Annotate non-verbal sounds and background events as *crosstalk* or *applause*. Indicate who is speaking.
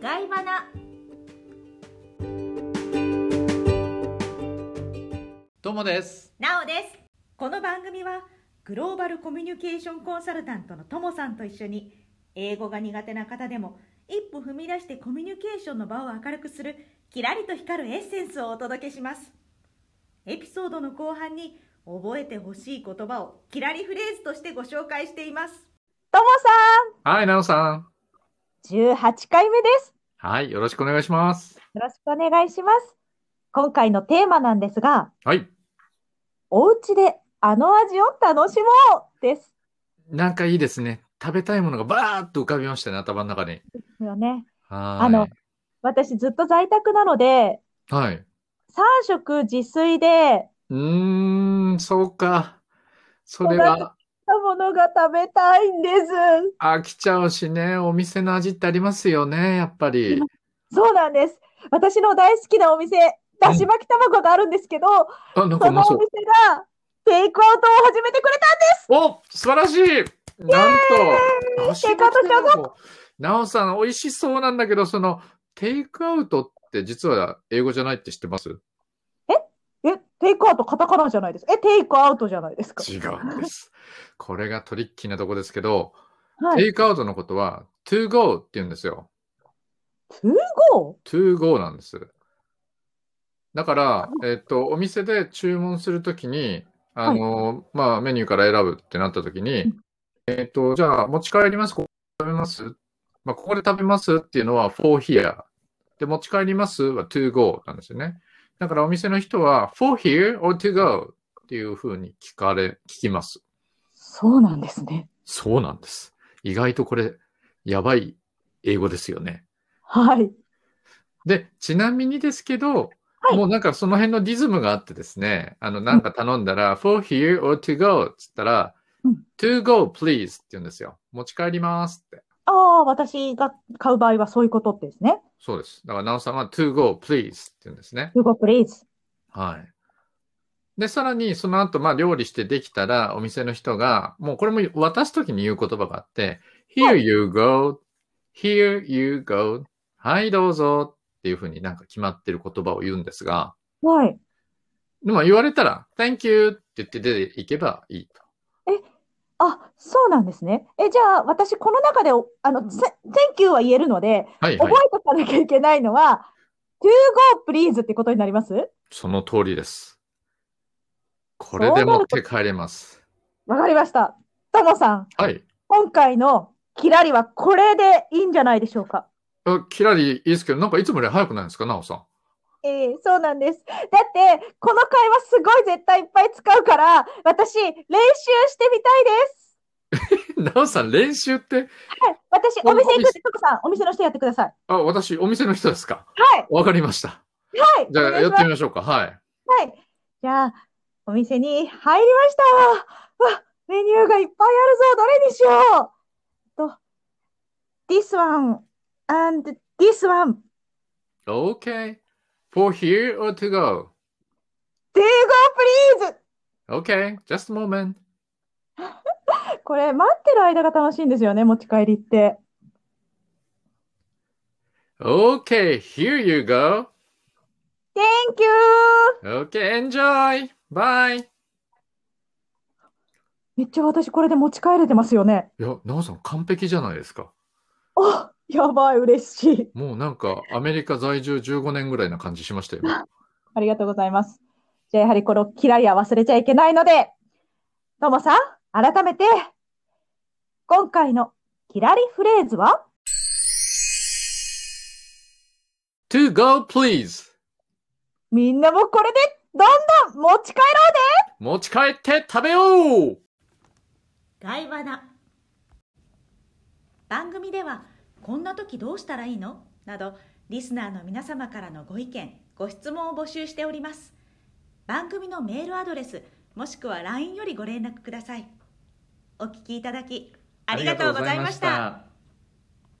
Speaker 1: ガイバナ
Speaker 2: どうもです。
Speaker 1: なおですこの番組はグローバルコミュニケーションコンサルタントのともさんと一緒に英語が苦手な方でも一歩踏み出してコミュニケーションの場を明るくするキラリと光るエッセンスをお届けしますエピソードの後半に覚えてほしい言葉をキラリフレーズとしてご紹介しています
Speaker 3: とも
Speaker 2: はい、ナオさん。
Speaker 3: さん、18回目です。
Speaker 2: はい、よろしくお願いします。
Speaker 3: よろしくお願いします。今回のテーマなんですが、
Speaker 2: はい。
Speaker 3: お家であの味を楽しもうです。
Speaker 2: なんかいいですね。食べたいものがバーッと浮かびましたね、頭の中に。
Speaker 3: よね。
Speaker 2: はーい。
Speaker 3: あの、私ずっと在宅なので、
Speaker 2: はい。
Speaker 3: 3食自炊で、
Speaker 2: うーん、そうか。それは
Speaker 3: ものが食べたいんです。
Speaker 2: 飽きちゃうしね、お店の味ってありますよね、やっぱり。
Speaker 3: そうなんです。私の大好きなお店、だし巻き卵があるんですけど、
Speaker 2: あ、なんか
Speaker 3: そう
Speaker 2: ま
Speaker 3: の
Speaker 2: そ
Speaker 3: お
Speaker 2: う
Speaker 3: 店。がテイクアウトを始めてくれた
Speaker 2: お、素晴らしいなんと、だし
Speaker 3: テイクアウトしよう
Speaker 2: 巻き卵ナオさん、美味しそうなんだけど、その、テイクアウトって実は英語じゃないって知ってます
Speaker 3: え、テイクアウトカタカナじゃないです。え、テイクアウトじゃないですか。
Speaker 2: 違うんです。これがトリッキーなとこですけど、
Speaker 3: はい
Speaker 2: テイクアウトのことは to go って言うんですよ。
Speaker 3: To go?
Speaker 2: to go なんです。だから、えっと、お店で注文するときに、あの、まあ、メニューから選ぶってなったとき
Speaker 3: う
Speaker 2: に、えっと、じゃあ、持ち帰りますここで食べますまあ、ここで食べますっていうのは for here。で、持ち帰りますは to go なんですよね。だから、お店の人は for here or to go っていうふうに聞かれ、聞きます。
Speaker 3: そうなんですね。
Speaker 2: そうなんです。意外とこれ、やばい英語ですよね。
Speaker 3: はい。
Speaker 2: で、ちなみにですけど、
Speaker 3: はい
Speaker 2: もうなんかその辺のリズムがあってですね、あの、なんか頼んだら、for here or to go っつったら、
Speaker 3: うん
Speaker 2: to go please って言うんですよ。持ち帰りますって。
Speaker 3: ああ、私が買う場合はそういうことですね。
Speaker 2: そうです。だから、なおさんは to go please って言うんですね。
Speaker 3: To go, please.
Speaker 2: はい。で、さらに、その後、まあ、料理してできたら、お店の人が、もうこれも渡すときに言う言葉があって、here you go, here you go, はい、どうぞっていうふうになんか決まってる言葉を言うんですが、
Speaker 3: はい。
Speaker 2: でも言われたら、thank you って言って出ていけばいいと。
Speaker 3: あ、そうなんですね。え、じゃあ、私、この中で、おあの、せ Thank you は言えるので、
Speaker 2: はい、は
Speaker 3: 覚
Speaker 2: い。
Speaker 3: えとかなきゃいけないのは、To go, please ってことになります
Speaker 2: その通りです。これで持って帰れます。
Speaker 3: わかりました。ともさん、
Speaker 2: はい。
Speaker 3: 今回のキラリはこれでいいんじゃないでしょうか。
Speaker 2: あキラリいいですけど、なんかいつもより早くないですか、なおさん。
Speaker 3: ええそうなんです。だって、この会話すごい絶対いっぱい使うから、私、練習してみたいです。
Speaker 2: なおさん、練習って、
Speaker 3: はい、私、お店行くんで、トムさん、お店の人やってください。
Speaker 2: あ、私、お店の人ですか
Speaker 3: はい。
Speaker 2: わかりました。
Speaker 3: はい。
Speaker 2: じゃ
Speaker 3: お
Speaker 2: あ、
Speaker 3: 願い
Speaker 2: や
Speaker 3: し
Speaker 2: って
Speaker 3: ます
Speaker 2: みましょうか。はい。
Speaker 3: はい。じゃあ、お店に入りました。わ、メニューがいっぱいあるぞ。どれにしよう。と、this one and this one.
Speaker 2: Okay. For here or to go?
Speaker 3: There you go, please!
Speaker 2: Okay. Just a moment.
Speaker 3: これ、待ってる間が楽しいんですよね、持ち帰りって。
Speaker 2: Okay. Here you go.
Speaker 3: Thank you!
Speaker 2: Okay. Enjoy. Bye.
Speaker 3: めっちゃ私これで持ち帰れてますよね。
Speaker 2: いや、なおさん完璧じゃないですか。
Speaker 3: あ、やばい、嬉しい。
Speaker 2: もうなんかアメリカ在住15年ぐらいな感じしま
Speaker 1: *laughs*
Speaker 2: したよ。
Speaker 3: ありがとうございます。じゃあ、やはりこのキラリは忘れちゃいけないので、ともさん、改めて、今回のキラリフレーズは、
Speaker 2: to go, please.
Speaker 3: みんなもこれでどんどん持ち帰ろうね
Speaker 2: 持ち帰って食べよう
Speaker 1: ガイバナ番組ではこんな時どうしたらいいのなどリスナーの皆様からのご意見ご質問を募集しております番組のメールアドレスもしくは LINE よりご連絡くださいお聞きいただきありがとうございました
Speaker 2: た。